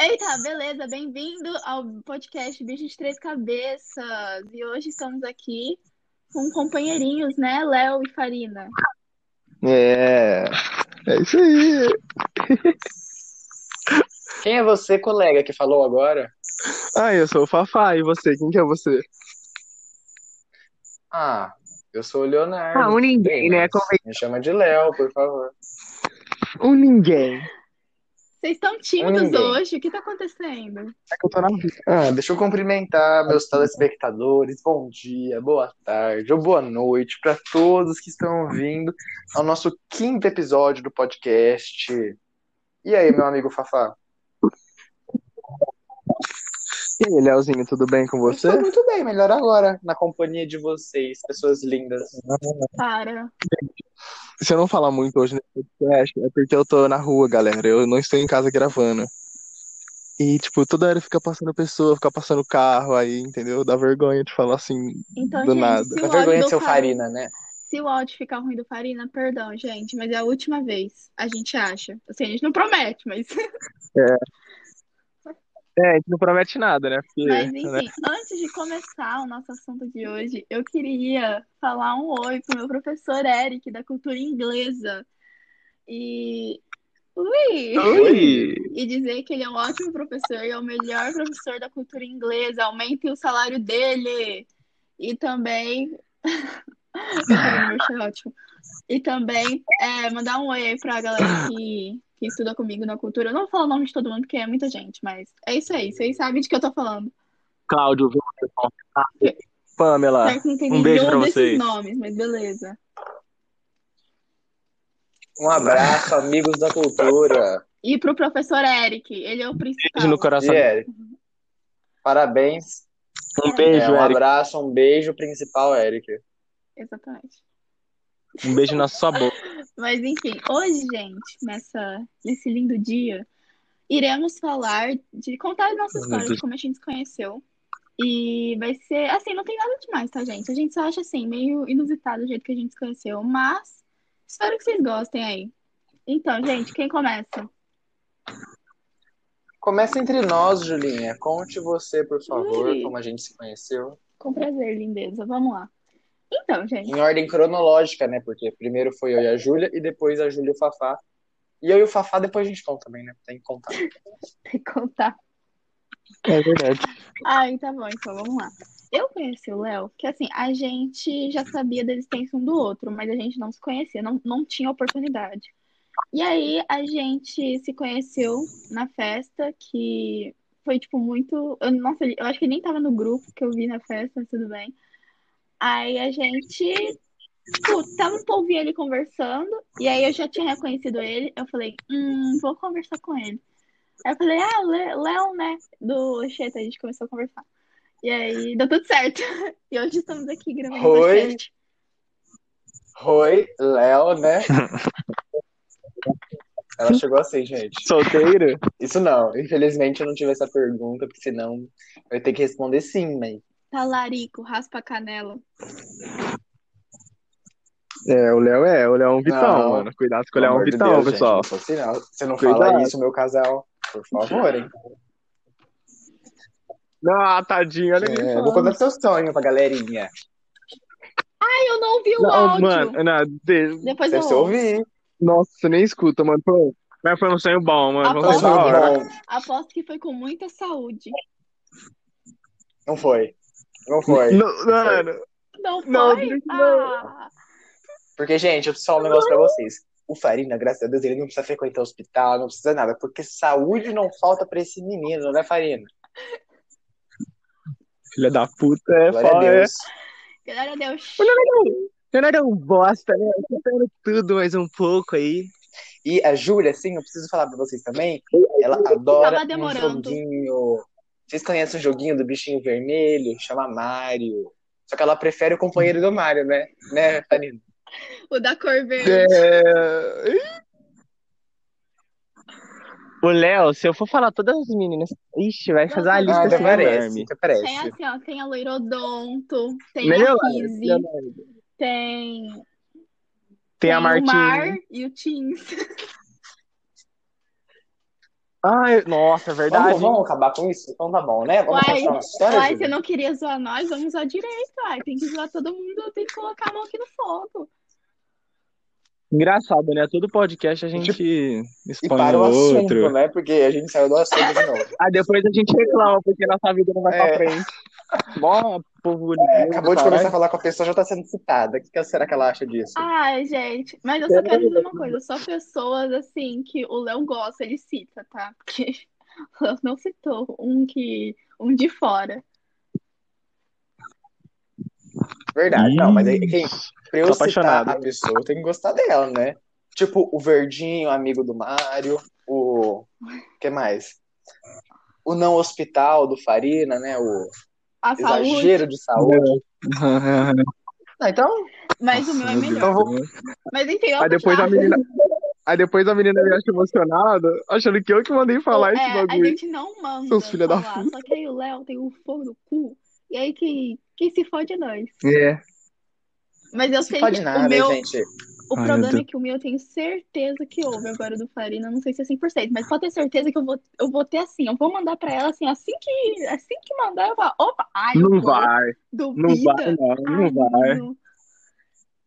Eita, beleza, bem-vindo ao podcast Bichos de Três Cabeças. E hoje estamos aqui com companheirinhos, né, Léo e Farina. É, é isso aí. Quem é você, colega, que falou agora? Ah, eu sou o Fafá, e você? Quem que é você? Ah, eu sou o Leonardo. Ah, um ninguém, Bem, né? mas Me chama de Léo, por favor. Um ninguém. Vocês estão tímidos Ninguém. hoje? O que tá acontecendo? É que eu tô na vida. Ah, deixa eu cumprimentar meus telespectadores. Bom dia, boa tarde ou boa noite para todos que estão vindo ao nosso quinto episódio do podcast. E aí, meu amigo Fafá? E aí, Leozinho, tudo bem com você? Estou muito bem, melhor agora, na companhia de vocês, pessoas lindas. Para. Se eu não falar muito hoje nesse podcast, é porque eu tô na rua, galera. Eu não estou em casa gravando. E, tipo, toda hora fica passando pessoa, fica passando carro aí, entendeu? Dá vergonha de falar assim. Então, Do gente, nada. se Dá o áudio vergonha de do ser o Farina, Farina, né? se o áudio ficar ruim do Farina, perdão, gente, mas é a última vez, a gente acha. Assim, a gente não promete, mas É, a gente não promete nada, né? Porque, Mas enfim, antes de começar o nosso assunto de hoje, eu queria falar um oi pro meu professor Eric, da cultura inglesa. E. Ui! Oi! E dizer que ele é um ótimo professor e é o melhor professor da cultura inglesa. Aumente o salário dele! E também. Ai, meu, isso é ótimo. E também é, mandar um oi aí pra galera que, que estuda comigo na cultura. Eu não vou falar o nome de todo mundo, porque é muita gente, mas é isso aí. Vocês sabem de que eu tô falando. Cláudio, viu? Pamela. Pior que não tem um beijo nenhum pra desses vocês. nomes, mas beleza. Um abraço, amigos da cultura. E pro professor Eric, ele é o principal. Beijo no coração. E Eric, parabéns. Um beijo, É, um Eric. abraço, um beijo, principal, Eric. Exatamente. Um beijo na sua boca. Mas enfim, hoje, gente, nessa, nesse lindo dia, iremos falar de contar a nossa história de como a gente se conheceu. E vai ser, assim, não tem nada demais, tá, gente? A gente só acha, assim, meio inusitado o jeito que a gente se conheceu, mas espero que vocês gostem aí. Então, gente, quem começa? Começa entre nós, Julinha. Conte você, por favor, Ui. como a gente se conheceu. Com prazer, lindeza. Vamos lá. Então, gente. Em ordem cronológica, né? Porque primeiro foi eu e a Júlia, e depois a Júlia e o Fafá. E eu e o Fafá depois a gente conta também, né? Tem que contar. Tem que contar. É verdade. Ai, tá bom, então vamos lá. Eu conheci o Léo, que assim, a gente já sabia da existência um do outro, mas a gente não se conhecia, não, não tinha oportunidade. E aí a gente se conheceu na festa, que foi tipo muito. Eu, nossa, ele- eu acho que ele nem tava no grupo que eu vi na festa, mas tudo bem. Aí a gente. Tipo, tava um polvinho ali conversando, e aí eu já tinha reconhecido ele. Eu falei, hum, vou conversar com ele. Aí eu falei, ah, Le- Léo, né? Do Oxeta, a gente começou a conversar. E aí, deu tudo certo. E hoje estamos aqui gravando Oi. podcast. Roy, Léo, né? Ela chegou assim, gente. Solteiro? Isso não. Infelizmente eu não tive essa pergunta, porque senão eu ia ter que responder sim, né? mãe. Talarico, raspa a canela. É, o Léo é. O Léo é um vitão, Não. mano. Cuidado com o Pelo Léo é um amor de vitão, Deus, gente, pessoal. não fosse não. Você não Cuidado. fala isso, meu casal. Por favor, hein? Ah, tadinho, olha É, isso. eu vou contar seu sonho pra galerinha. Ai, eu não ouvi o Não, áudio. mano, não, de- Depois Deve eu ser ouço. ouvir. nossa, você nem escuta, mano. Pô, mas foi um sonho bom, mano. Ah, Vamos Foi um pensar bom. na sonho hora. bom. Aposto que foi com muita saúde. Não foi. Não foi. Não, mano, Não foi? Não, diz não. Ah, Porque, gente, eu preciso falar um negócio pra vocês. O Farina, graças a Deus, ele não precisa frequentar o hospital, não precisa nada, porque saúde não falta pra esse menino, né, Farina? filha da puta, é Glória a foda. é. Deus. glória a Deus. Eu não era um bosta, né? Eu quero tudo mais um pouco aí. E a Júlia, sim, eu preciso falar pra vocês também, ela adora um demorando. joguinho. Vocês conhecem o joguinho do bichinho vermelho? Chama Mario. Só que ela prefere o companheiro do Mario, né? Né, Farina? O da cor verde. É... O Léo, se eu for falar todas as meninas, ixi, vai fazer Nossa, uma lista Ah, Isso até sem parece, alarme. até Tem parece. assim, ó, tem a loirodonto, tem Melhor, a Kizzy, tem, né? Tem a o Mar Martini. e o Teens. Ah, eu- nossa, é verdade. Vamos, vamos acabar com isso? Então tá bom, né? Vamos Uai, continuar a história, uai, Júlia? você não queria zoar nós? Vamos zoar direito, uai. Tem que zoar todo mundo, tem que colocar a mão aqui no fogo. Engraçado, né? Todo podcast a gente E expõe para tipo, o o assunto, outro. né? Porque a gente saiu do assunto de novo. Aí depois a gente reclama porque nossa vida não vai É. pra frente. Mó povo É, acabou caralho. de né? começar a falar com a pessoa, já tá sendo citada. O que que será que ela acha disso? Ai, gente, mas eu só quero dizer uma coisa, só pessoas assim que o Léo gosta, ele cita, tá? Porque o Léo não citou um que. um de fora. Verdade, não, mas aí, quem, assim. pra eu Tô citar apaixonado. a pessoa, eu tenho que gostar dela, né? Tipo, o Verdinho, amigo do Mário, o... que mais? O não hospital do Farina, né? O A saúde, exagero de saúde. É. Ah, então, mas o meu é melhor. Então vou- Mas enfim, Aí depois a menina. Aí depois a menina me acha emocionada, achando que eu que mandei falar esse é, bagulho. A gente não manda Seus filha da falar, só que aí o Léo tem o fogo no cu. E aí quem, quem se fode é nós. É. Mas eu sei pode que nada, o meu, gente. O Ai, meu problema Deus. é que o meu eu tenho certeza que houve agora o do Farina, não sei se é 100%, mas pode ter certeza que eu vou, eu vou ter assim, eu vou mandar pra ela assim, assim que, assim que mandar, eu falo, opa, ai, eu Não vou, vai, duvida, não vai, não, Ai, não vai, não.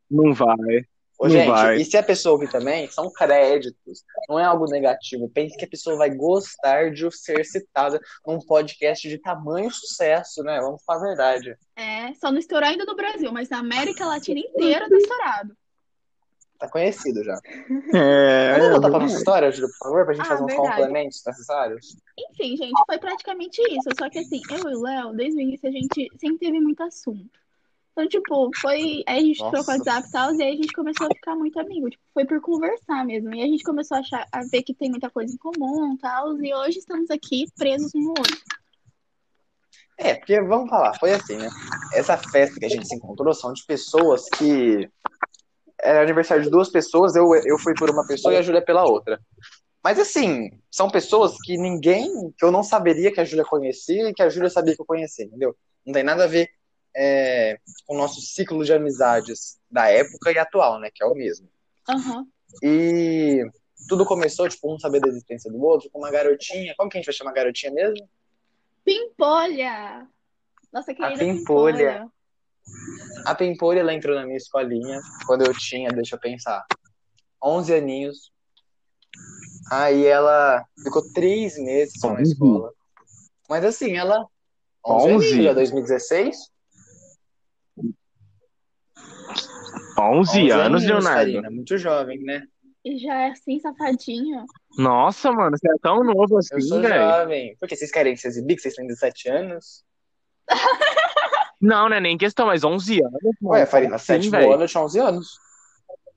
não vai. Ô, Não gente, vai. e se a pessoa ouvir também, são créditos. Não é algo negativo. Pense que a pessoa vai gostar de ser citada num podcast de tamanho sucesso, né? Vamos falar a verdade. É, só não estourou ainda no Brasil, mas na América Latina inteira tá estourado. Tá conhecido já. É. Vamos voltar pra nossa história, Júlio, por favor, pra gente Ah, fazer uns verdade. complementos necessários? Enfim, gente, foi praticamente isso, só que assim, eu e o Léo, desde o início, a gente sempre teve muito assunto. Então, tipo, foi. Aí a gente Nossa. trocou WhatsApp e tal, e aí a gente começou a ficar muito amigo. Tipo, foi por conversar mesmo. E a gente começou a, achar, a ver que tem muita coisa em comum e tal. E hoje estamos aqui presos um no outro. É, porque vamos falar, foi assim, né? Essa festa que a gente se encontrou são de pessoas que. Era aniversário de duas pessoas, eu, eu fui por uma pessoa e a Júlia pela outra. Mas assim, são pessoas que ninguém. que eu não saberia que a Júlia conhecia e que a Júlia sabia que eu conhecia, entendeu? Não tem nada a ver é, com o nosso ciclo de amizades da época e atual, né? Que é o mesmo. Aham. E tudo começou, tipo, um saber da existência do outro, com uma garotinha. Como que a gente vai chamar a garotinha mesmo? Pimpolha! Nossa querida Pimpolha. Pimpolha. A Pimpolha, ela entrou na minha escolinha quando eu tinha, deixa eu pensar, 11 aninhos. Aí ela ficou três meses só na 11? escola. Mas assim, ela. 11? 11? aninhos, é 2016? 11 anos, aninhos, Leonardo. Karina, muito jovem, né? E já é assim, safadinho. Nossa, mano, você é tão novo Eu assim, sou velho. jovem. Por que vocês querem se exibir que vocês têm 17 anos? Não, não é nem questão, mas 11 anos, mano. Ué, Farina, Sim, sétimo velho. ano, eu tinha 11 anos.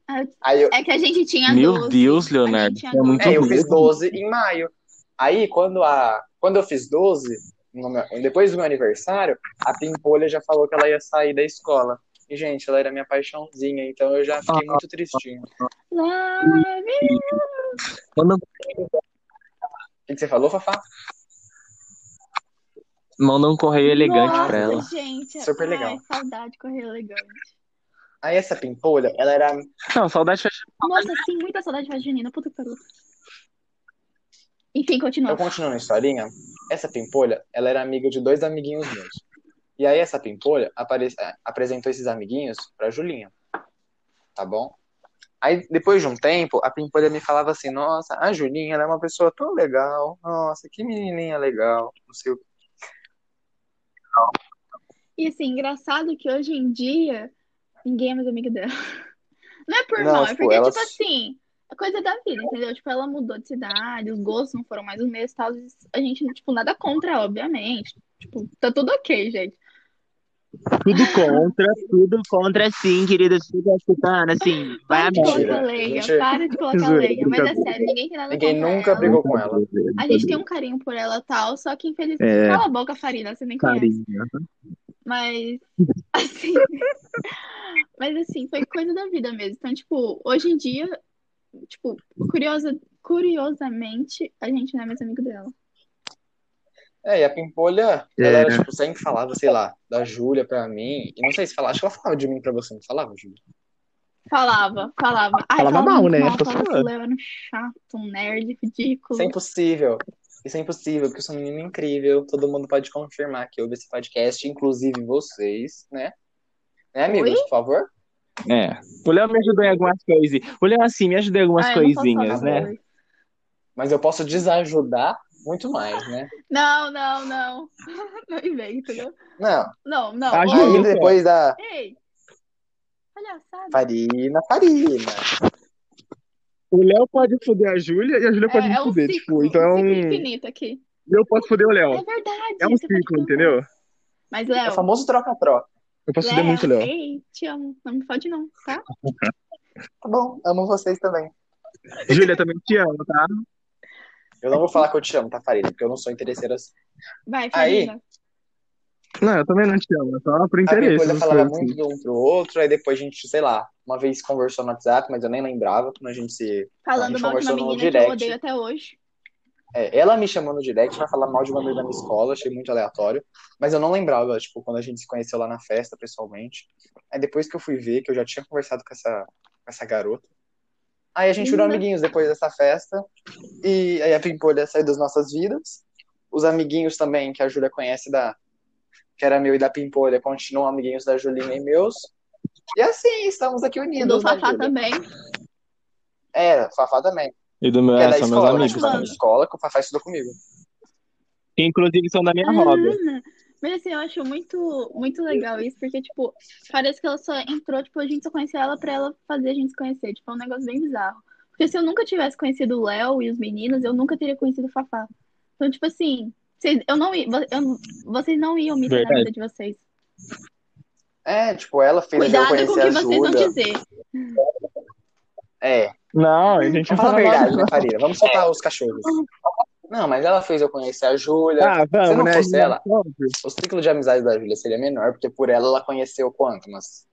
Ah, Aí eu, É que a gente tinha Meu 12. Deus, A gente Leonardo, tinha é muito É, eu 12. fiz 12 em maio. Aí, quando, a, quando eu fiz 12, no meu- depois do meu aniversário, a Pimpolha já falou que ela ia sair da escola. E, gente, ela era minha paixãozinha, então eu já fiquei muito tristinho. O Love you. Manda, que, que você falou, Fafá? manda um correio elegante Nossa, pra ela. gente. Super Ai, legal. saudade de correr elegante. Aí, essa Pimpolha, ela era. Não, saudade faz Nossa, sim, muita saudade de Vaginina, puta que pariu. Enfim, continua. Eu continuo na Então, historinha. Essa Pimpolha, ela era amiga de dois amiguinhos meus. E aí, essa Pimpolha apare- eh, apresentou esses amiguinhos pra Julinha. Tá bom? Aí, depois de um tempo, a Pimpolha me falava assim: Nossa, a Julinha ela é uma pessoa tão legal. Nossa, que menininha legal. Não sei o que. E assim, engraçado que hoje em dia ninguém é mais amigo dela. Não é por Não, mal, é tipo, porque, ela- tipo assim, a coisa da vida, entendeu? Tipo, ela mudou de cidade, os gostos não foram mais os mesmos, tal. A gente, tipo, nada contra, obviamente. Tipo, tá tudo ok, gente. Tudo contra, tudo contra sim, querida. tá Tudo escutando, assim. Vai, Para de amiga. colocar mentira. lenha, Gente, para de colocar zoeira, lenha. Mas é brincadeira. sério, ninguém tem nada Ninguém contra nunca ela. brigou com ela. A gente tem um carinho por ela tal, só que infelizmente. É. Cala a boca, Farina, você nem conhece. carinha. Mas, assim. mas, assim, foi coisa da vida mesmo. Então, tipo, hoje em dia, tipo, curiosa, curiosamente, a gente não é mais amigo dela. É, e a Pimpolha, É. ela era, tipo, sempre falava, sei lá, da Júlia pra mim. E não sei se falava, acho que ela falava de mim pra você, não falava, Júlia? Falava, falava. Ai, Falava mal, muito né? Mal, Tô falava que o falando. Léo era um chato, um nerd, ridículo. Isso é impossível. Isso é impossível, porque eu sou um menino incrível. Todo mundo pode confirmar que ouve esse podcast, inclusive vocês, né? Né, amigos, Oi? por favor? É. O Léo me ajudou em algumas coisinhas. O Léo, assim, me ajudou em algumas Ai, Ah, eu não posso coisinhas, falar né? valor. Mas eu posso desajudar muito mais, né? Não, não, não. Não invento, não. Não. Não, não. Ai, Ô, Aí né? Júlia. depois da Ei! Palhaçada. farina, farina. O Léo pode foder a Júlia e a Júlia pode é, me é um foder. ciclo, tipo, então é um ciclo um. infinito aqui. Eu posso foder o É Léo. verdade. É um você pode ciclo, falar. entendeu? Mas, É o Léo, famoso troca-troca. Eu É. posso foder muito o Léo. ei, te amo. Não me fode não, tá? Tá bom, amo vocês também. Júlia, também te amo, tá? Eu não vou falar que eu te amo, tá, Farina? Porque eu não sou interesseiro assim. Vai, Aí. Farina. Não, eu também não te amo, é só por A minha interesse. coisa essas falava coisas assim. muito de um pro outro, aí depois a gente, sei lá, uma vez conversou no WhatsApp, mas eu nem lembrava quando a gente se. A Falando gente mal de uma conversou no menina que direct. eu odeio até hoje. é, ela me chamou no direct pra falar mal de uma amiga da minha escola, achei muito aleatório, mas eu não lembrava, tipo, quando a gente se conheceu lá na festa pessoalmente. Aí depois que eu fui ver que eu já tinha conversado com essa, com essa garota. Aí a gente virou Linda. amiguinhos depois dessa festa, e aí a Pimpolha saiu das nossas vidas. Os amiguinhos também que a Júlia conhece da. que era meu e da Pimpolha, continuam amiguinhos da Julinha e meus. E assim, estamos aqui E do unidos, né, Fafá Júlia? também. É, Fafá também. E do meu, Que é da são meus escola, né? amigos Estamos na também. escola, que o Fafá estudou comigo. Que, inclusive, são da É minha roda. Ah, Mas assim, eu acho muito, muito legal isso, porque, tipo, parece que ela só entrou, tipo, a gente só conhecia ela pra ela fazer a gente se conhecer. Tipo, é um negócio bem bizarro. Porque se eu nunca tivesse conhecido o Léo e os meninos, eu nunca teria conhecido o Fafá. Então, tipo assim, vocês, eu não, ia- vo- eu- vocês não iam me ter na Verdade. vida de vocês. É, tipo, ela fez eu Cuidado com o conhecer que a vocês vão Júlia. dizer. É, Não, a gente vamos falar a fala mal. verdade, né, Farina? Vamos soltar os cachorros. Não, mas ela fez eu conhecer a Júlia. Ah, vamos, Se não né? fosse ela- Óbvio. O ciclo de amizades da Júlia seria menor, porque por ela ela conheceu quanto? Umas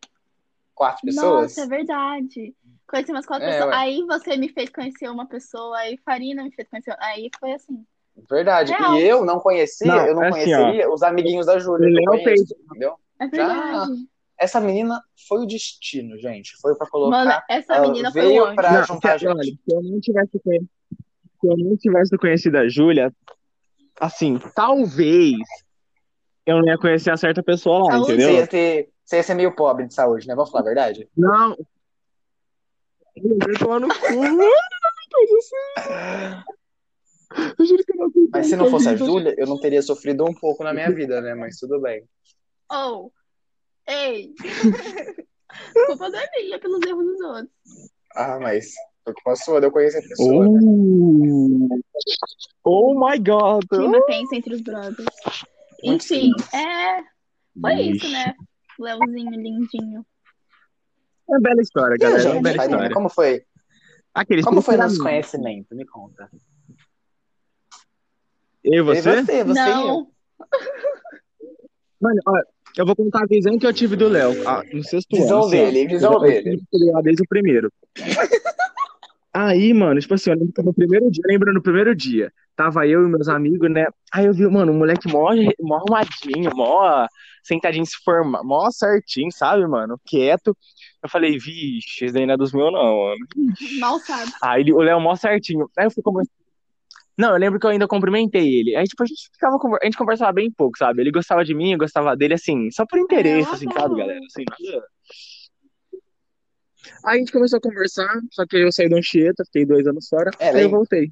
quatro pessoas? Nossa, é verdade. Conheci umas quatro É, pessoas. ué. Aí você me fez conhecer uma pessoa, aí Farina me fez conhecer. Aí foi assim. Verdade. Real. E eu não conhecia, Não, eu não é assim, conheceria os amiguinhos da Júlia. que eu Léo conheço, fez. entendeu? É verdade. Essa menina foi o destino, gente. Foi pra colocar. Mano, essa ela menina foi veio o anjo. pra juntar se, olha, gente. se eu não tivesse conhecido, se eu não tivesse conhecido a Júlia, assim, talvez eu não ia conhecer a certa pessoa lá, Saúde. entendeu? Você ia, ter, você ia ser meio pobre de saúde, né? Vamos falar a verdade? Não. Eu ia tomar no cu. Mano, não acredito. Eu juro que eu não acredito. Mas se não fosse a Júlia, eu não teria sofrido um pouco na minha vida, né? Mas tudo bem. Ou, ei. Culpa não é minha pelos erros dos outros. Ah, mas foi culpa sua de eu conhecer a pessoa. né? Oh, oh my god. Clima tenso entre os brothers. Muito Enfim, é. Foi isso, né? Leozinho, lindinho. É uma bela história, E a galera. É uma gente, bela Karina, história. como foi? Aqueles Como foi procuraram- nosso conhecimento? Me conta. Eu e E você? você, É você e eu. Não, Mano, olha, eu vou contar a visão que eu tive do Léo. Ah, no sexto Visão ano, assim, ó. dele, visão Eu já- eu dele. tive que olhar Desde o primeiro. Aí, mano, tipo assim, eu lembro que no primeiro dia, lembro no primeiro dia, tava eu e meus amigos, né? Aí eu vi, mano, um moleque mó, mó arrumadinho, mó sentadinho, se forma, mó certinho, sabe, mano? Quieto. Eu falei, vixe, esse daí não é dos meus, não, mano. mal sabe. Aí ele- o Léo mó certinho. Aí eu fui conversar. Não, eu lembro que eu ainda cumprimentei ele. Aí, tipo, a gente ficava, conver- a gente conversava bem pouco, sabe? Ele gostava de mim, eu gostava dele, assim, só por interesse, É, assim, legal. sabe, galera? Assim, nada- Aí a gente começou a conversar, só que eu saí da Anchieta, fiquei dois anos fora, É, aí bem. eu voltei.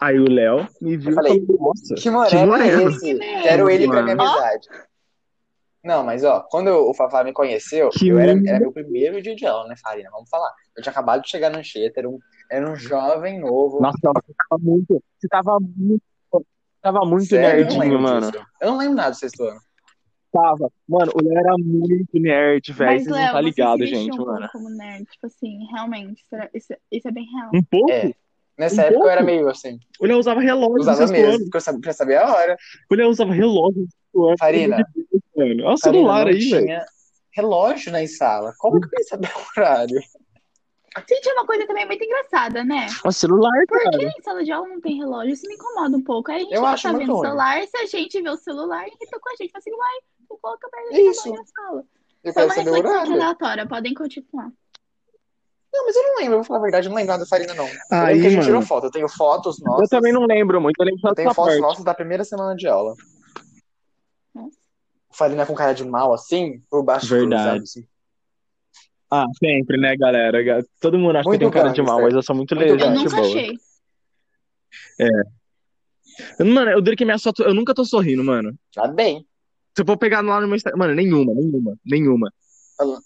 Aí o Léo me viu Eu e falei, falou, nossa, Que moreno é moreno. esse? Quero ele pra minha Mano. amizade. Não, mas ó, quando o Fafá me conheceu, Que eu era, menino. era meu primeiro dia de aula, né, Farina? Vamos falar. Eu tinha acabado de chegar no Anchieta, era um, era um jovem novo. nossa, você tava muito, você tava muito, tava muito Sério, eu não nerdinho, lembro mano. disso. Eu não lembro nada do sexto ano. Tava, mano, o Léo era muito nerd, velho, Mas, vocês não Léo, tá você ligado, se vestiu gente, um pouco mano. como nerd. Tipo assim, realmente, será- isso, isso é bem real. Um pouco? É. Nessa Um época pouco? eu era meio assim, O Léo usava relógio no usava sexto mesmo, ano. porque eu sabia, pra saber a hora. O Léo usava relógio no sexto ano. Farina. Meu Deus, mano. Olha o Farina, celular não aí, tinha velho. relógio na sala. Como que eu ia saber o horário? Gente, é uma coisa também muito engraçada, né? Olha o celular, Por que cara. em sala de aula não tem relógio? Isso me incomoda um pouco. Aí a gente Eu não acho tá muito vendo o ruim. celular, se a gente vê o celular, irrita com a gente. Fala assim, uai, tu coloca a perna de É Isso. é tamanho na sala. Eu Foi quero uma saber o reflexão aqui horário. aleatória, podem continuar. Não, mas eu não lembro, eu vou falar a verdade, eu não lembro nada da Sarina, não. eu Aí, lembro que a gente mano. tirou foto, eu tenho fotos nossas. Eu também não lembro muito, eu lembro só Eu tenho dessa fotos parte. nossas da primeira semana de aula. Nossa. Farina com cara de mal, assim, por baixo do Verdade. sabe? assim. Ah, sempre, né, galera? Todo mundo acha Muito que eu tenho cara de gangster. mal, mas eu sou muito Muito legal, Eu gente nunca boa. achei. Mano, eu diria que minha foto. Eu nunca tô sorrindo, mano. Tá bem. Se eu for pegar lá no meu Instagram. Mano, nenhuma, nenhuma, nenhuma. Falando-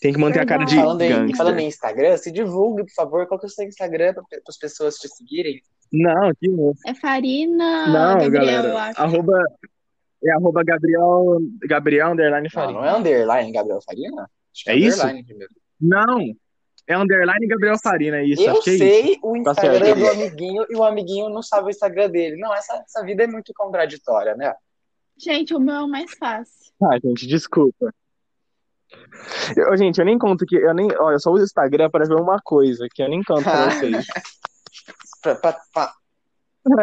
Tem que manter a cara de Verdade. Falando em, gangster. falando em Instagram, se divulgue, por favor, qual que é o seu Instagram para as pessoas te seguirem? Não, que não. É Farina, Não, Gabriel, eu galera. acho. Arroba, é arroba Gabriel, Gabriel Underline Não, Farinha. não é underline, Gabriel Farina? Acho que É isso? underline primeiro. Não, é Underline Gabriel Farina, é isso. Eu acho que é isso. sei o Tá Instagram certo. do amiguinho e o amiguinho não sabe o Instagram dele. Não, essa, essa vida é muito contraditória, né? Gente, o meu é o mais fácil. Ah, gente, desculpa. Eu, gente, eu nem conto que. Eu nem, ó, eu só uso o Instagram para ver uma coisa, que eu nem conto pra Ah. vocês. É, Pra, pra, pra,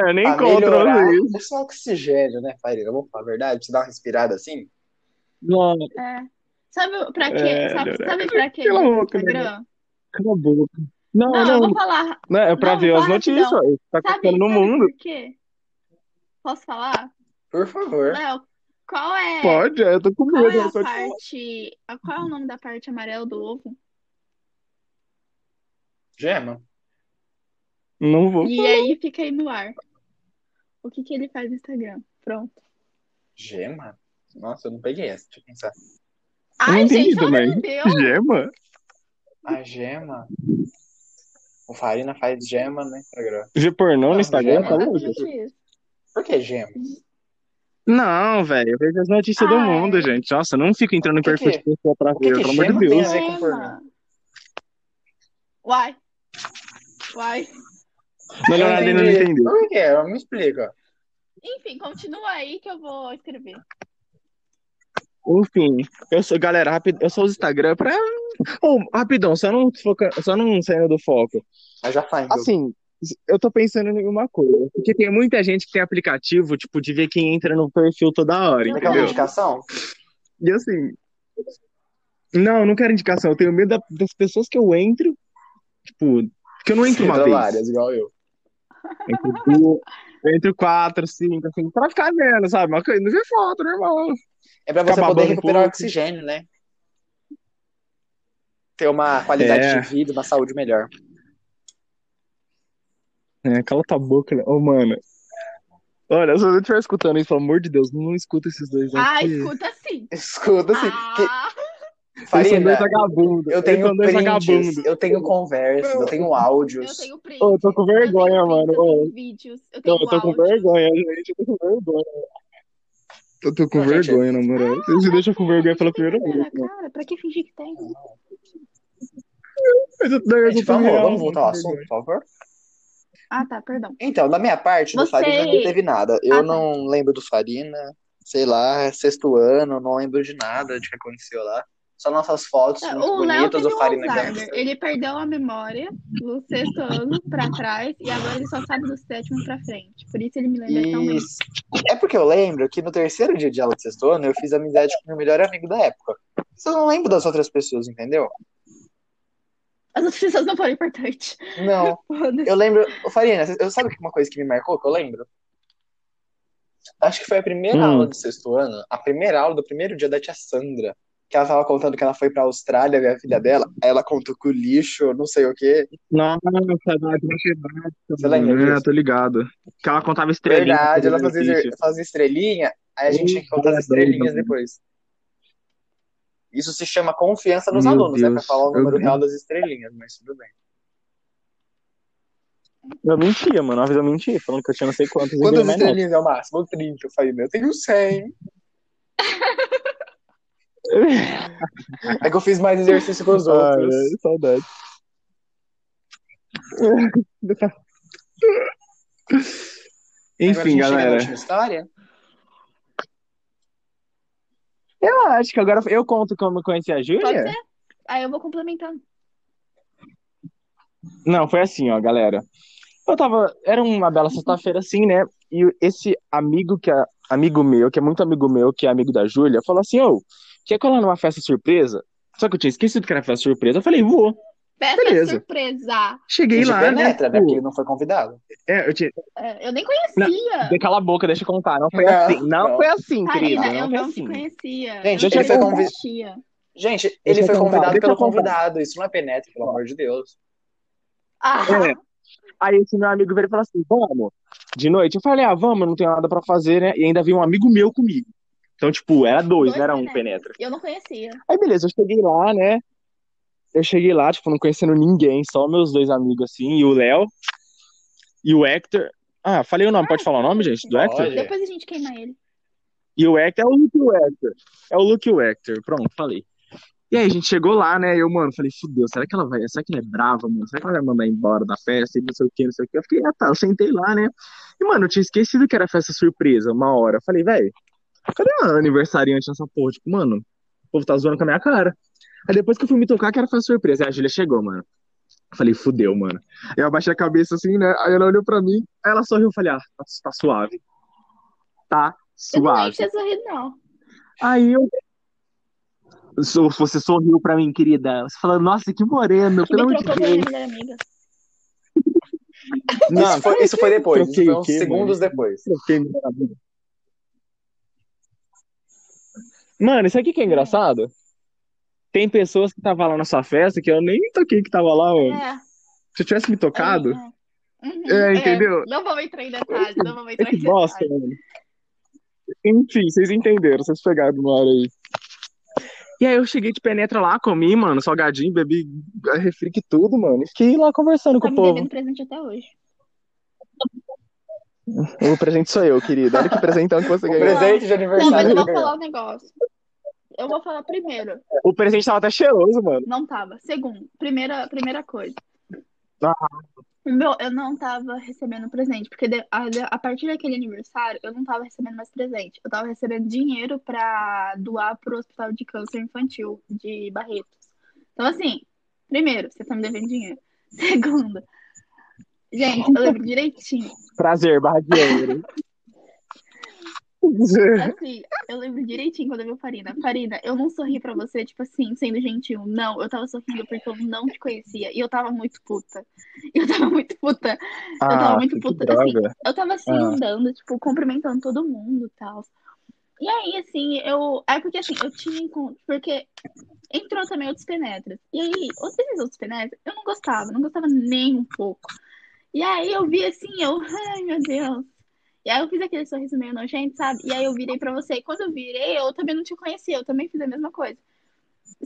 Eu nem pra conto pra melhorar, vocês. é só oxigênio, né, Farina? Vamos falar a verdade, você dá uma respirada assim. Não, É. Sabe o- pra quê? É, sabe, não, sabe pra quê? pela boca, Instagram? cala a boca. Não, Não, eu não, vou falar. não, é pra não, ver fala as notícias, rapidão. ó, isso tá Sabe, acontecendo no sabe mundo. por quê? Posso falar? Por favor. Léo, qual é, Pode, eu tô com qual medo, é eu a só te falo. parte. a- Qual é o nome da parte amarela do ovo? Gema. Não vou. E aí fica aí no ar. O que que ele faz no Instagram? Pronto. Gema? Nossa, eu não peguei essa, deixa eu pensar. Eu não Ai, entendi gente, pelo amor também. de Deus! Gema? A gema. O Farina faz gema né, no Instagram. G pornô Não, no Instagram, gema. tá louco? Exatamente isso. Por que gema? Não, velho, eu vejo as notícias do Ai. mundo, gente. Nossa, eu não fico entrando no Que perfil que- de pessoa pra que ver, que pelo amor de gema tem Deus. a ver com Gema. Uai. Uai. Não, Leonardo ainda não Entendi. entendeu. Por que? Me explica. Enfim, continua aí que eu vou escrever. Enfim, eu sou, galera, rápido, eu sou o Instagram pra. Ô, rapidão, só não, foca, só não saindo do foco. Mas já faz. Assim, eu tô pensando em uma coisa. Porque tem muita gente que tem aplicativo, tipo, de ver quem entra no perfil toda hora, Eu Você quer entendeu? uma também. indicação? E assim. Não, eu não quero indicação. Eu tenho medo da- das pessoas que eu entro, tipo, que eu não entro uma Entra vez. várias, igual eu. Eu Entro duas, eu entro quatro, cinco, assim, pra ficar vendo, sabe? Uma coisa, não vê foto, normal. É pra Fica você poder babando um recuperar o pouco. oxigênio, né? Ter uma qualidade É. de vida, uma saúde melhor. É, cala tua boca, né? Ô, mano. Olha, se você estiver escutando isso, pelo amor de Deus, não escuta esses dois Ah, aqui. escuta sim. Escuta-se. assim, que- Ah, Eles são Farina, dois vagabundos. eu Eles tenho são dois prints, vagabundos. eu tenho conversas, eu tenho áudios. eu tenho um print. Ô, eu tô com vergonha, eu tenho prints, mano. Eu Ô, tenho vídeos. Eu eu tenho tô com áudio. vergonha, gente. Eu tô com vergonha. Eu tô com Não, gente, vergonha, na moral. Você se deixa com vergonha pela primeira vez, Cara, mano. cara, pra que fingir que tem? Mas eu tenho Gente, eu tô vamos, real, vamos voltar ao com assunto, vergonha. por favor? Ah, tá, perdão. Então, da minha parte, do Você- Farina não teve nada. Ah, Eu tá. não lembro do Farina, sei lá, é sexto ano, não lembro de nada de que aconteceu lá. Só nossas fotos É, muito O Léo bonitas teve do um Farina Alzheimer. Gangster. Ele perdeu a memória do sexto ano pra trás e agora ele só sabe do sétimo pra frente. Por isso ele me lembra tão bem. E é porque eu lembro que no terceiro dia de aula do sexto ano eu fiz amizade com o meu melhor amigo da época. Só não lembro das outras pessoas, entendeu? As outras pessoas não foram importantes. Não. Foda-se. Eu lembro. Ô, Farina, eu sabe que uma coisa que me marcou que eu lembro? Acho que foi a primeira Hum. aula do sexto ano, a primeira aula do primeiro dia da tia Sandra. Que ela tava contando que ela foi pra Austrália ver a filha dela. Aí ela contou que o lixo, não sei o quê. Nossa, saudade da Sebastião. Você lembra É, disso? tô ligado. Que ela contava estrelinha. Verdade, ela pra fazer fazia, notícia. fazia estrelinha, aí a gente tinha que contar as Ih, cara, estrelinhas doida, depois. Isso se chama confiança nos Meu alunos, né? Pra Deus. falar o Eu- número real das estrelinhas, mas tudo bem. Eu mentia, mano. Uma vez eu menti, falando que eu tinha não sei quantas. e Quantas virei mais estrelinhas é o máximo? 30, eu falei, meu, eu tenho 100. nove. É que eu fiz mais exercício que os Ai, outros. velho, saudade. Agora a Enfim, gente chega na galera. última história. Eu acho que agora eu conto como eu conheci a Pode Júlia. ser? Aí eu vou complementar. Não, foi assim, ó, galera. Eu tava. Era uma bela sexta-feira, assim, né? E esse amigo que é amigo meu, que é muito amigo meu, que é amigo da Júlia, falou assim: Ô, quer colar numa festa surpresa? Só que eu tinha esquecido que era festa surpresa. Eu falei, vou. Festa Beleza. surpresa. Cheguei Isso lá, penetra, né? né? Porque Tipo, não foi convidado. é, eu tinha... É, Eu nem conhecia. Cala a boca, deixa eu contar. Não foi Não, assim. Não, não. foi assim, querida. Karina, eu Não foi não te assim. conhecia. Gente, eu eu tinha não te que um convi- conhecia. Gente, Deixa ele eu foi contar, convidado deixa pelo eu contar. convidado. Isso não é penetra, pelo amor de Deus. Ah, É. Aí esse meu amigo veio e falou assim: vamos, de noite. Eu falei: ah, vamos, não tenho nada pra fazer, né? E ainda veio um amigo meu comigo. Então, tipo, era dois, Dois não era um penetras. penetra. eu não conhecia. Aí, beleza, eu cheguei lá, né? Eu cheguei lá, tipo, não conhecendo ninguém, só meus dois amigos, assim, e o Léo e o Hector. Ah, falei o nome, pode falar o nome, gente, do Pode. Hector? Depois a gente queima ele. E o Hector é o Luke e o Hector. É o Luke e o Hector. Pronto, falei. E aí, a gente chegou lá, né? Eu, mano, falei, fudeu, será que ela vai. Será que ela é brava, mano? Será que ela vai mandar embora da festa e não sei o que, não sei o que? Eu fiquei, ah tá, eu sentei lá, né? E, mano, eu tinha esquecido que era festa surpresa, uma hora. Eu falei, velho, cadê a aniversariante nessa porra? Tipo, mano, o povo tá zoando com a minha cara. Aí depois que eu fui me tocar, que era festa surpresa. Aí a Júlia chegou, mano. Eu falei, fudeu, mano. Aí eu abaixei a cabeça assim, né? Aí ela olhou pra mim, aí ela sorriu. Eu falei, ah, tá, tá suave. Tá Eu não suave. lembro de ter sorrido, não. Aí eu. So- Você sorriu pra mim, querida. Você falou, nossa, que moreno, pelo amor Me de trocou pela Deus. minha melhor amiga. isso, foi, isso foi depois. Troquei isso o foi uns quê, segundos depois. troquei meu cabelo. Mano, isso aqui que é engraçado? Tem pessoas que estavam lá na sua festa que eu nem toquei que tava lá, mano. É, Se eu tivesse me tocado, é, é. Uhum, É, entendeu? Não vamos entrar em detalhes, não vamos é entrar em que detalhes. bosta, mano. Enfim, vocês entenderam, vocês pegaram uma hora aí. E aí eu cheguei de penetra lá, comi, mano, salgadinho, bebi refri que tudo, mano. E fiquei lá conversando Tá com o me povo. devendo presente até hoje. O presente sou eu, querido. Olha que presentão que você O ganhou. presente de Não, mas aniversário. eu vou que ganhou. falar um negócio. Eu vou falar primeiro. O presente tava até cheiroso, mano. Não tava. Segundo, primeira, primeira coisa. Ah. O meu, eu não tava recebendo presente, porque de- a, a partir daquele aniversário eu não tava recebendo mais presente. Eu tava recebendo dinheiro pra doar pro hospital de câncer infantil de Barretos. Então, assim, primeiro, você tá me devendo dinheiro. Segundo, gente, eu lembro direitinho. Prazer, barra de ouro. Assim, eu lembro direitinho quando eu vi o Farina. Farina, eu não sorri pra você, tipo assim, sendo gentil. Não, eu tava sorrindo porque eu não te conhecia. E eu tava muito puta. Eu tava muito puta. Eu tava muito Ah, que puta, droga. Eu tava assim, Ah. andando, tipo, cumprimentando todo mundo e tal. E aí, assim, eu. É porque assim, eu tinha encontro. Porque entrou também outros penetras. E aí, outros esses outros penetras, eu não gostava, não gostava nem um pouco. E aí eu vi assim, eu, ai meu Deus. E aí eu fiz aquele sorriso meio nojento, sabe? E aí eu virei pra você. E quando eu virei, eu também não te conhecia, eu também fiz a mesma coisa.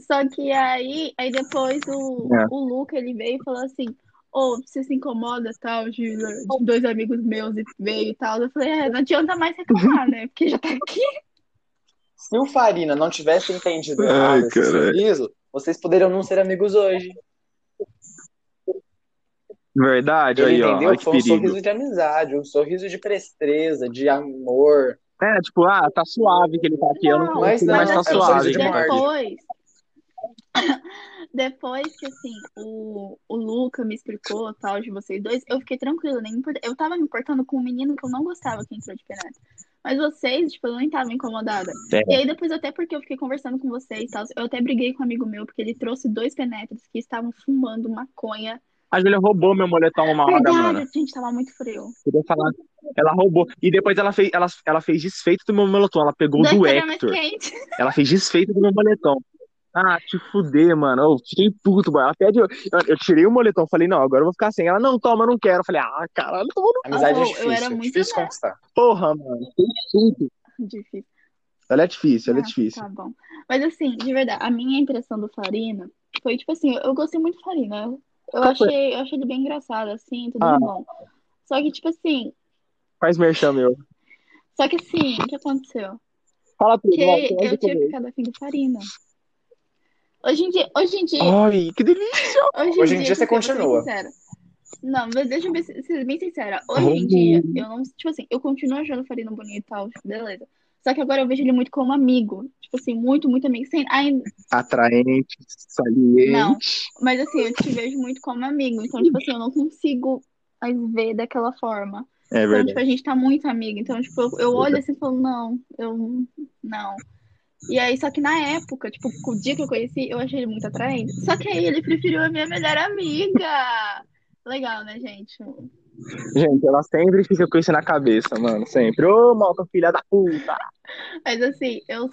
Só que aí, aí depois o, É. o Luca, ele veio e falou assim, ô, você se incomoda, tal, de, de dois amigos meus e veio e tal. Eu falei, é, não adianta mais reclamar, né? Porque já tá aqui. Se o Farina não tivesse entendido Ai, nada esse caralho. sorriso, vocês poderiam não ser amigos hoje. Verdade, Ele aí, ó. entendeu? Olha que Foi um perigo. sorriso de amizade, um sorriso de presteza, de amor. É, tipo, ah, tá suave que ele tá aqui. Eu não Não, mas consigo, não, mas tá é um assim, suave. sorriso de que ele tá morte. aqui. depois, depois que assim, o, o Luca me explicou tal de vocês dois, eu fiquei tranquila, nem me importa- eu tava me importando com um menino que eu não gostava que entrou de penetra. Mas vocês, tipo, eu nem tava incomodada. É. E aí depois até porque eu fiquei conversando com vocês, tal, eu até briguei com um amigo meu porque ele trouxe dois penetras que estavam fumando maconha. A Julia roubou meu moletom uma hora, Verdade, mano. gente, tava muito frio. Queria falar. Ela roubou. E depois ela fez, ela, ela fez desfeito do meu moletom. Ela pegou o Dois do tava mais Hector. quente. Ela fez desfeito do meu moletom. Ah, te fuder, mano. Eu fiquei puto, mano. Ela pede. Eu, eu tirei o moletom, falei, não, agora eu vou ficar sem. Ela, não, toma, eu não quero. Eu falei, ah, caralho, toma no Amizade Ah, é eu difícil, era é muito difícil né? conquistar. porra, mano. Fiquei puto. Difícil. Ela é difícil, ela é Ah, difícil. Tá bom. Mas assim, de verdade, a minha impressão do Farina foi tipo assim, eu gostei muito do Farina. Eu, eu achei, eu achei ele bem engraçado, assim, tudo Ah. de bom. Só que, tipo assim, Faz merchan, meu. só que assim, o que aconteceu? Fala tudo, vai, Que você vai eu do tinha começo. ficado afim do Farina. Hoje em dia, hoje em dia, Ai, que delícia. hoje em Hoje em dia dia, você eu vou ser continua. sincera. Não, mas deixa eu be- ser bem sincera. Hoje em Oh. dia, eu não. Tipo assim, eu continuo achando o Farina bonito e tal, beleza. Só que agora eu vejo ele muito como amigo. Tipo assim, muito, muito amigo. Sem, ainda, Atraente, saliente. Não, mas assim, eu te vejo muito como amigo, então, tipo assim, eu não consigo mais ver daquela forma. É Então, verdade. tipo, a gente tá muito amigo, então, tipo, eu, eu olho assim e falo, não, eu não. E aí, só que na época, tipo, o dia que eu conheci, eu achei ele muito atraente. Só que aí ele preferiu a minha melhor amiga. Legal, né, gente? Gente, ela sempre fica com isso na cabeça, mano. Sempre. Ô, malta, filha da puta. Mas assim, eu,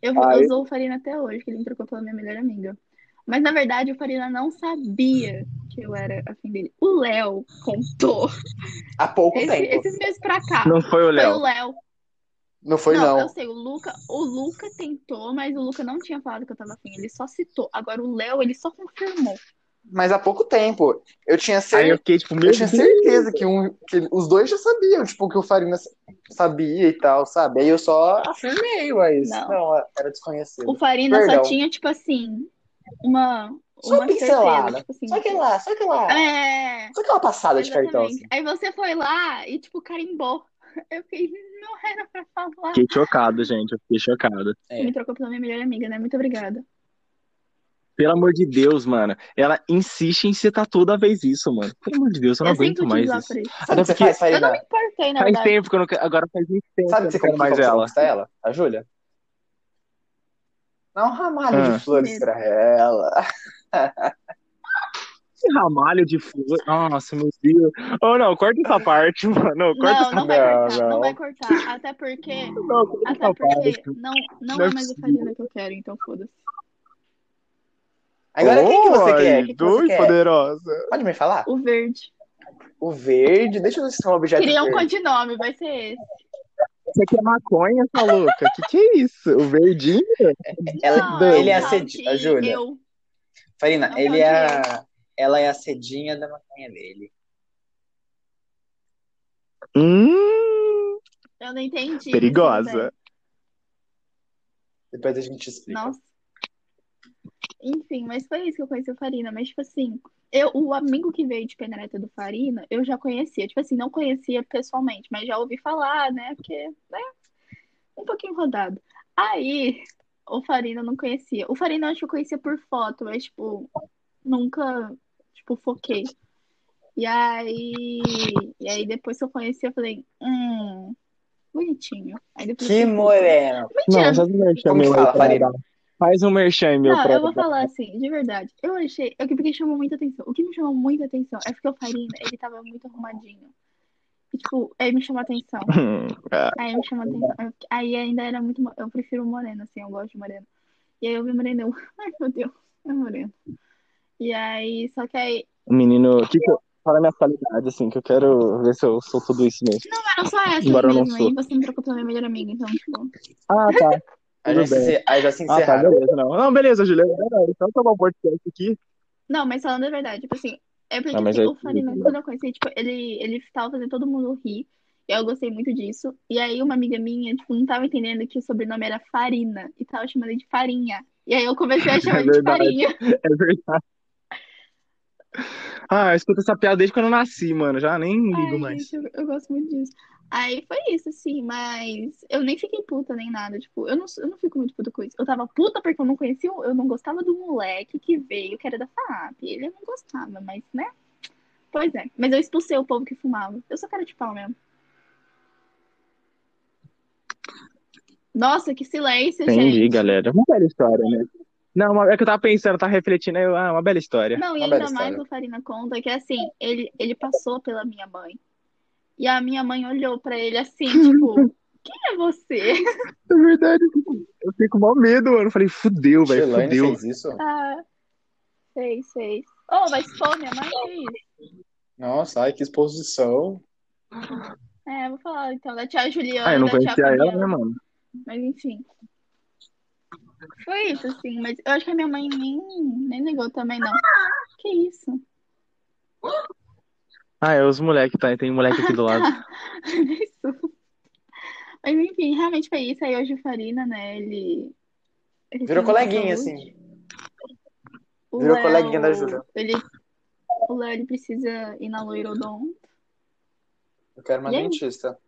eu, Aí- eu usou o Farina até hoje, que ele me trocou pela minha melhor amiga. Mas na verdade o Farina não sabia que eu era afim dele. O Léo contou. Há pouco Esse- tempo. esses meses pra cá. Não foi o Foi o Léo. Léo. Não foi, não, não. eu sei, o Luca, o Luca tentou, mas o Luca não tinha falado que eu tava afim, ele só citou. Agora o Léo, ele só confirmou. Mas há pouco tempo. Eu tinha Aí certeza. eu fiquei, tipo, meu Eu tinha Deus. certeza que, um, que os dois já sabiam, tipo, que o Farina sabia e tal, sabe? Aí eu só afirmei, mas Não. não, era desconhecido. O Farina Perdão. só tinha, tipo assim, uma, Só uma certeza, pincelada. tipo assim. Só que lá, só que lá. É, Só aquela passada de cartão. assim. exatamente. Aí você foi lá e, tipo, carimbou. Eu fiquei, não era pra falar. Fiquei chocado, gente. Eu fiquei chocado. É. Me trocou pela minha melhor amiga, né? Muito obrigada. Pelo amor de Deus, mano. Ela insiste em citar toda vez isso, mano. Pelo amor de Deus, eu não eu aguento sempre mais quis lá isso. pra isso. Sabe o que você porque- faz, Eu não Farina? me importei, na Faz verdade. tempo que eu não quero. Agora faz muito tempo Sabe o que que você eu não quero conquistou mais mais ela. Você ela? A Júlia? Dá um ramalho Ah. de flores pra ela. Esse ramalho de flor. Nossa, meu Deus. Oh, não, corta essa parte, mano. Não, corta Não, não vai Não, cortar, não não. vai cortar. Até porque, não, corta até essa parte. porque não, não Não é é mais o Farina que eu quero, então foda-se. Agora quem que você Oi, quer? Quem que você dois quer? poderosa. Pode me falar? O verde. O verde? Deixa eu ver se tem um objeto Queria um verde. codinome, vai ser esse. Isso aqui é maconha, essa louca. Que que é isso? O verdinho? Ela- não, ele é a não, sedi- de a Júlia. Eu. Farina, Não ele pode é a... ela é a cedinha da maconha dele. Hum, eu não entendi. é. tudo perigosa. bem. Depois a gente explica. Nossa. Enfim, mas foi isso que eu conheci o Farina. Mas, tipo assim, eu, o amigo que veio de Penareta do Farina, eu já conhecia. Tipo assim, não conhecia pessoalmente, mas já ouvi falar, né? Porque, né? Um pouquinho rodado. Aí, o Farina eu não conhecia. O Farina eu acho que eu conhecia por foto, mas, tipo, nunca, tipo, foquei. E aí, e aí depois que eu conheci, eu falei, hum, bonitinho. Aí depois Que eu- moreno! Mentira, faz um merchan Como que meu aí fala, pra Farina? dar. Faz um merchan meu Não, pra eu vou dar. falar assim, de verdade. Eu achei. O que porque chamou muita atenção. O que me chamou muita atenção é porque o Farina, ele tava muito arrumadinho. E, tipo, aí me chamou atenção. Hum, ah, Aí me chamou atenção. Eu- Aí ainda era muito. mo- Eu prefiro moreno, assim, eu gosto de moreno. E aí eu vi moreno, eu. Ai, meu Deus, é moreno. E aí, só que aí. Menino, que que eu- fala minhas qualidades, assim, que eu quero ver se eu sou tudo isso mesmo. Ah, eu sou essa Embora eu não mesmo. sou. Aí você me trocou pela minha melhor amiga, então, tipo. Ah, tá. Aí Tudo já se, encer- aí já se Ah, tá, encerraram. beleza. Não, não beleza, Juliana. Então tomar o podcast aqui. Não, mas falando a verdade, tipo assim, é porque Ah, mas assim, aí- o Farina, quando eu conheci, tipo, ele, ele tava fazendo todo mundo rir. E eu gostei muito disso. E aí uma amiga minha, tipo, não tava entendendo que o sobrenome era Farina. E tava chamando ele de Farinha. E aí eu comecei a chamar ele de verdade. Farinha. É verdade. Ah, eu escuto essa piada desde quando eu nasci, mano. Já nem ligo Ai, mais. gente, eu, eu gosto muito disso. Aí foi isso, assim, mas eu nem fiquei puta nem nada. Tipo, eu não, eu não fico muito puta com isso. Eu tava puta porque eu não conhecia, o- eu não gostava do moleque que veio, que era da FAAP. Ele eu não gostava, mas, né? Pois é. Mas eu expulsei o povo que fumava. Eu sou cara de pau mesmo. Nossa, que silêncio, Entendi, gente. galera. Uma bela história, né? Não, uma- é que eu tava pensando, tava refletindo, aí eu, ah, uma bela história. Não, e Uma bela ainda mais história. o Farina conta que assim, ele, ele passou pela minha mãe. E a minha mãe olhou pra ele assim, tipo, quem é você? É verdade. Eu fico com maior medo, mano. Eu falei, fudeu, velho, Gelane fudeu. fez isso? Ah, sei, sei. Oh, vai expor minha mãe? Que isso? Nossa, ai, que exposição. É, vou falar então da tia Juliana, Ah, eu não da tia conhecia ela, né, Fabiana. mano? Mas enfim. Foi isso, assim. Mas eu acho que a minha mãe nem, nem ligou também, não. Que isso? Ah, é os moleques, tá? Tem moleque aqui do lado. Isso. Mas enfim, realmente foi isso. Aí hoje o Farina, né, ele. ele Virou tem coleguinha, saúde. assim. O virou Léo, coleguinha da Júlia. Ele, o Léo, ele precisa ir na loirodon. Eu quero uma E aí? dentista.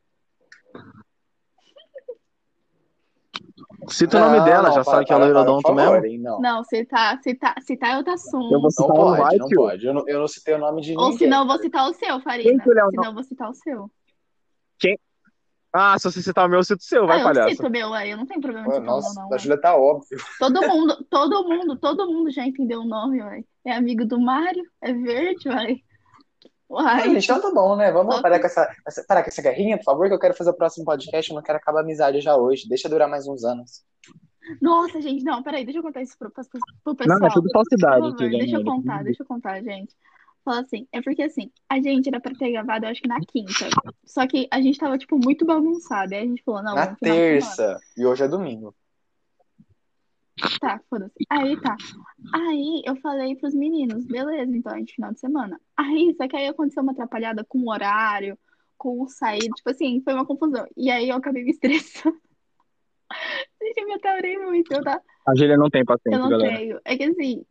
Cita o nome Não, dela, não, já para, sabe que é para, para, loirodonto por favor, mesmo? hein, Não, Não, citar, citar, citar é outro Eu vou assunto. não citar ela no pode, like, não pode. Eu não, eu não citei o nome de Ou ninguém. senão eu vou citar o seu, Farina. Quem que o Léo não- Senão eu vou citar o seu. Ah, se você citar o meu, eu cito o seu, vai, ah, eu não palhaço. cito meu, ué, eu não tenho problema em Mano, citar o meu, nossa, não. da ué. Júlia tá óbvio. Todo mundo, todo mundo, todo mundo já entendeu o nome, ué. É amigo do Mário, é verde, ué. Ah, gente, Uai, então tá bom, né? Vamos Só- parar com essa, essa- parar com essa guerrinha, por favor, que eu quero fazer o próximo podcast. Eu não quero acabar a amizade já hoje. Deixa durar mais uns anos. nossa, gente, não, peraí, deixa eu contar isso pro, pras- pro pessoal. Não, é tudo falsidade Por favor, aqui, deixa eu galera. contar, deixa eu contar, gente. Fala assim, é porque assim, a gente era pra ter gravado, eu acho que na quinta. Só que a gente tava, tipo, muito bagunçado. Aí a gente falou, não, Na vamos final de semana. terça. E hoje é domingo. Tá, foda-se. Aí tá. Aí eu falei pros meninos, beleza, então é de final de semana. Aí, só que aí aconteceu uma atrapalhada com o horário, com o sair, tipo assim, foi uma confusão. E aí eu acabei me estressando. Gente, eu me ataurei muito, eu, tá... A Júlia não tem eu paciência, não galera. tenho. É que assim,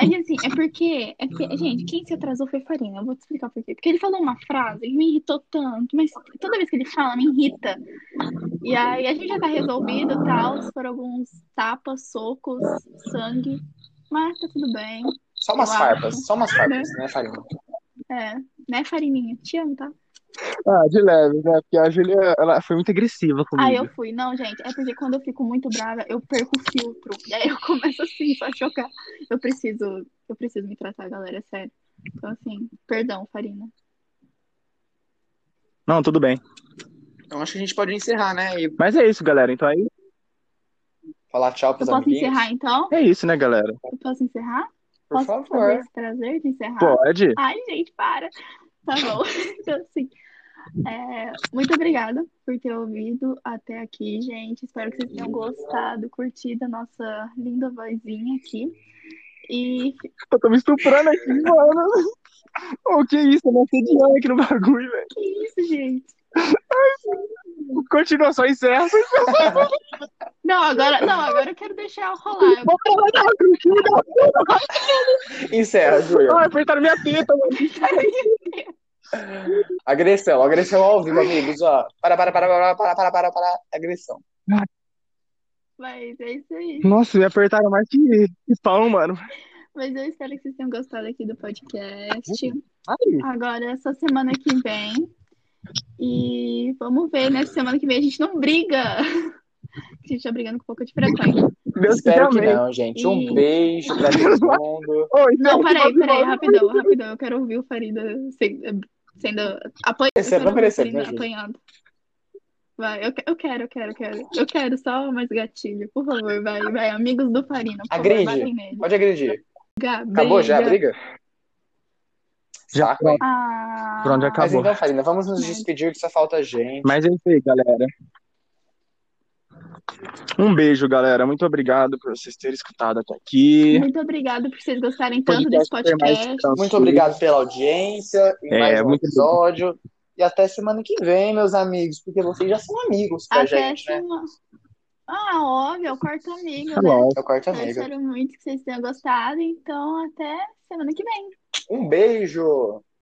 é que assim, é porque, é porque, gente, quem se atrasou foi Farina, eu vou te explicar por quê. Porque ele falou uma frase que me irritou tanto, mas toda vez que ele fala, me irrita. E aí a gente já tá resolvido, tal, foram alguns tapas, socos, sangue, mas tá tudo bem. Só umas Eu farpas, acho. só umas farpas, né, Farina? É, né, Farininha? Te amo, tá? Ah, de leve, né? Porque a Júlia, ela foi muito agressiva comigo. Aí Ah, eu fui, não, gente, é porque quando eu fico muito brava, eu perco o filtro. E aí eu começo assim, só a chocar. Eu preciso, eu preciso me tratar, galera, é sério. Então, assim, perdão, Farina. Não, tudo bem. Eu acho que a gente pode encerrar, né? E Mas é isso, galera. Então aí falar tchau Eu pros posso amiguinhos. encerrar, então? é isso, né, galera? Eu posso encerrar? Por posso fazer favor. esse prazer de encerrar? Pode? Ai, gente, para. Tá bom. Então, assim, é, muito obrigada por ter ouvido até aqui, gente. Espero que vocês tenham gostado, curtido a nossa linda vozinha aqui. E Eu tô me estuprando aqui, mano. O que é isso? Eu não sei de nada aqui no bagulho, velho. que isso, gente? Continua só encerra. Não, agora, não, agora eu quero deixar rolar. Eu- Vou falar da Júlia. Encerra, Júlia. Ah, apertaram minha teta, mano. Agressão, agressão ao vivo, amigos, ó. Para, para, para, para, para, para, para, para. Agressão. Mas é isso aí. Nossa, me apertaram mais que que pau, mano. Mas eu espero que vocês tenham gostado aqui do podcast. Aí. Agora é só semana que vem. E vamos ver, né? Semana que vem a gente não briga. A gente tá brigando com um pouco de frequência. Deus Espero te que amei. não, gente. Um E- beijo pra todo mundo. Oi, Não, Deus, peraí, Deus, peraí, Deus. rapidão, rapidão. Eu quero ouvir o Farida sendo, sendo apanhado. Eu Percebe, quero não ouvir o percebe, Farida né, Júlia? apanhado. Vai, eu, que- eu quero, eu quero, eu quero. Eu quero só mais gatilho, por favor, vai, vai. Amigos do Farina, por Agride. favor, batem nele. Pode agredir. Ga- Acabou já a briga. briga? Já Saco, hein? Ah, Pronto, já Mas Acabou. então, Farina, vamos nos Merda. despedir que só falta gente. Mas é isso aí, galera. Um beijo, galera. Muito obrigado por vocês terem escutado até aqui. Muito obrigada por vocês gostarem tanto desse foi mais podcast. Muito tranquilo. obrigado pela audiência em É, mais um muito episódio. E até semana que vem, meus amigos, porque vocês já são amigos pra Até gente, né? semana. é Ah, óbvio, é o quarto amigo, Tá né? bom. É o quarto Eu amigo. espero muito que vocês tenham gostado. Então, até semana que vem. Um beijo!